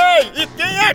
Ei, e quem é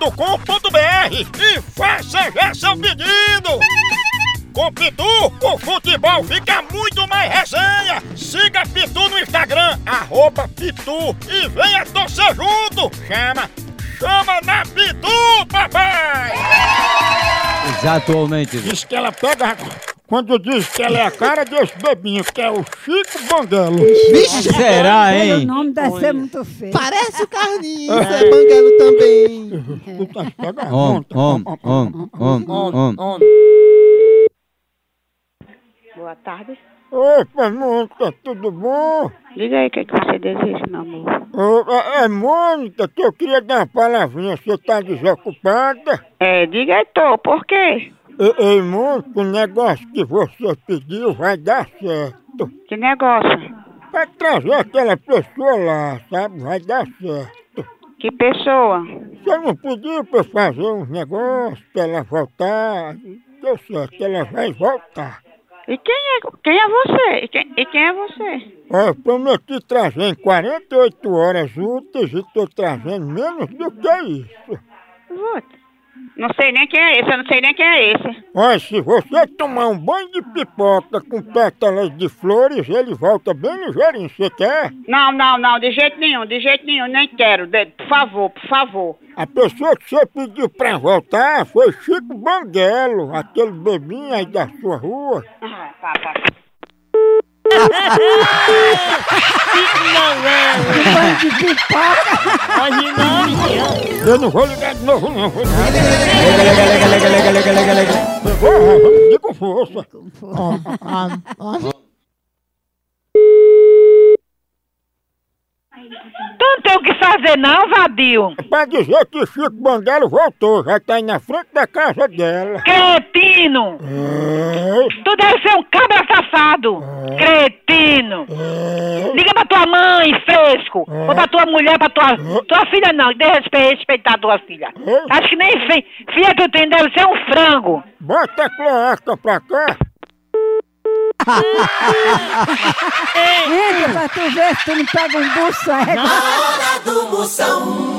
com.br e faça já seu pedido! Com Pitu, o futebol fica muito mais resenha! Siga Pitu no Instagram, arroba Pitu e venha torcer junto! Chama! Chama na Pitu, papai! Exatamente. Diz que ela pega... Quando diz que ela é a cara desse bebinho, que é o Chico Banguelo. Vixe, será, O hein? nome deve ser é muito feio. Parece o Carlinhos, é banguelo também. Puta, pega a Om, ponta. om, om, om, om. Boa tarde. Opa, Mônica, tudo bom? Diga aí o que, é que você deseja, meu amor. Ô, é, é, Mônica, que eu queria dar uma palavrinha, você tá desocupada? É, diga aí, tô, por quê? Ei, ei, Mônica, o negócio que você pediu vai dar certo. Que negócio? Pra trazer aquela pessoa lá, sabe? Vai dar certo. Que pessoa? Você não pediu pra eu fazer uns negócios, pra ela voltar? Deu certo, ela vai voltar. E quem é, quem é você? E quem, e quem é você? Ó, eu prometi trazer em 48 horas úteis e tô trazendo menos do que isso. Volta. Não sei nem quem é esse, eu não sei nem quem é esse. Olha, se você tomar um banho de pipoca com pétalas de flores, ele volta bem ligeirinho, você quer? Não, não, não, de jeito nenhum, de jeito nenhum, nem quero. de- por favor, por favor. A pessoa que você pediu pra voltar foi Chico Banguelo, aquele bebinho aí da sua rua. Ah, pá, pá. Eu não vou ligar de novo, não, vou não. Lega, lega, lega, lega, lega, lega. Eu vou, eu vou pedir com força. Tu não tem o que fazer não, vadio. É pra dizer que Chico Banguelo voltou, já tá aí na frente da casa dela. Cretino. É, Tu deve ser um cabra safado. Cretino. Liga pra tua mãe, fresco. Ou pra tua mulher, pra tua. Tua filha não, deve respe- respeitar a tua filha. Acho que nem fi- filha que tu tem deve ser um frango. bota a cloaca pra cá. Entra pra tu ver se tu não pega um bucho, é. Hora do Moção.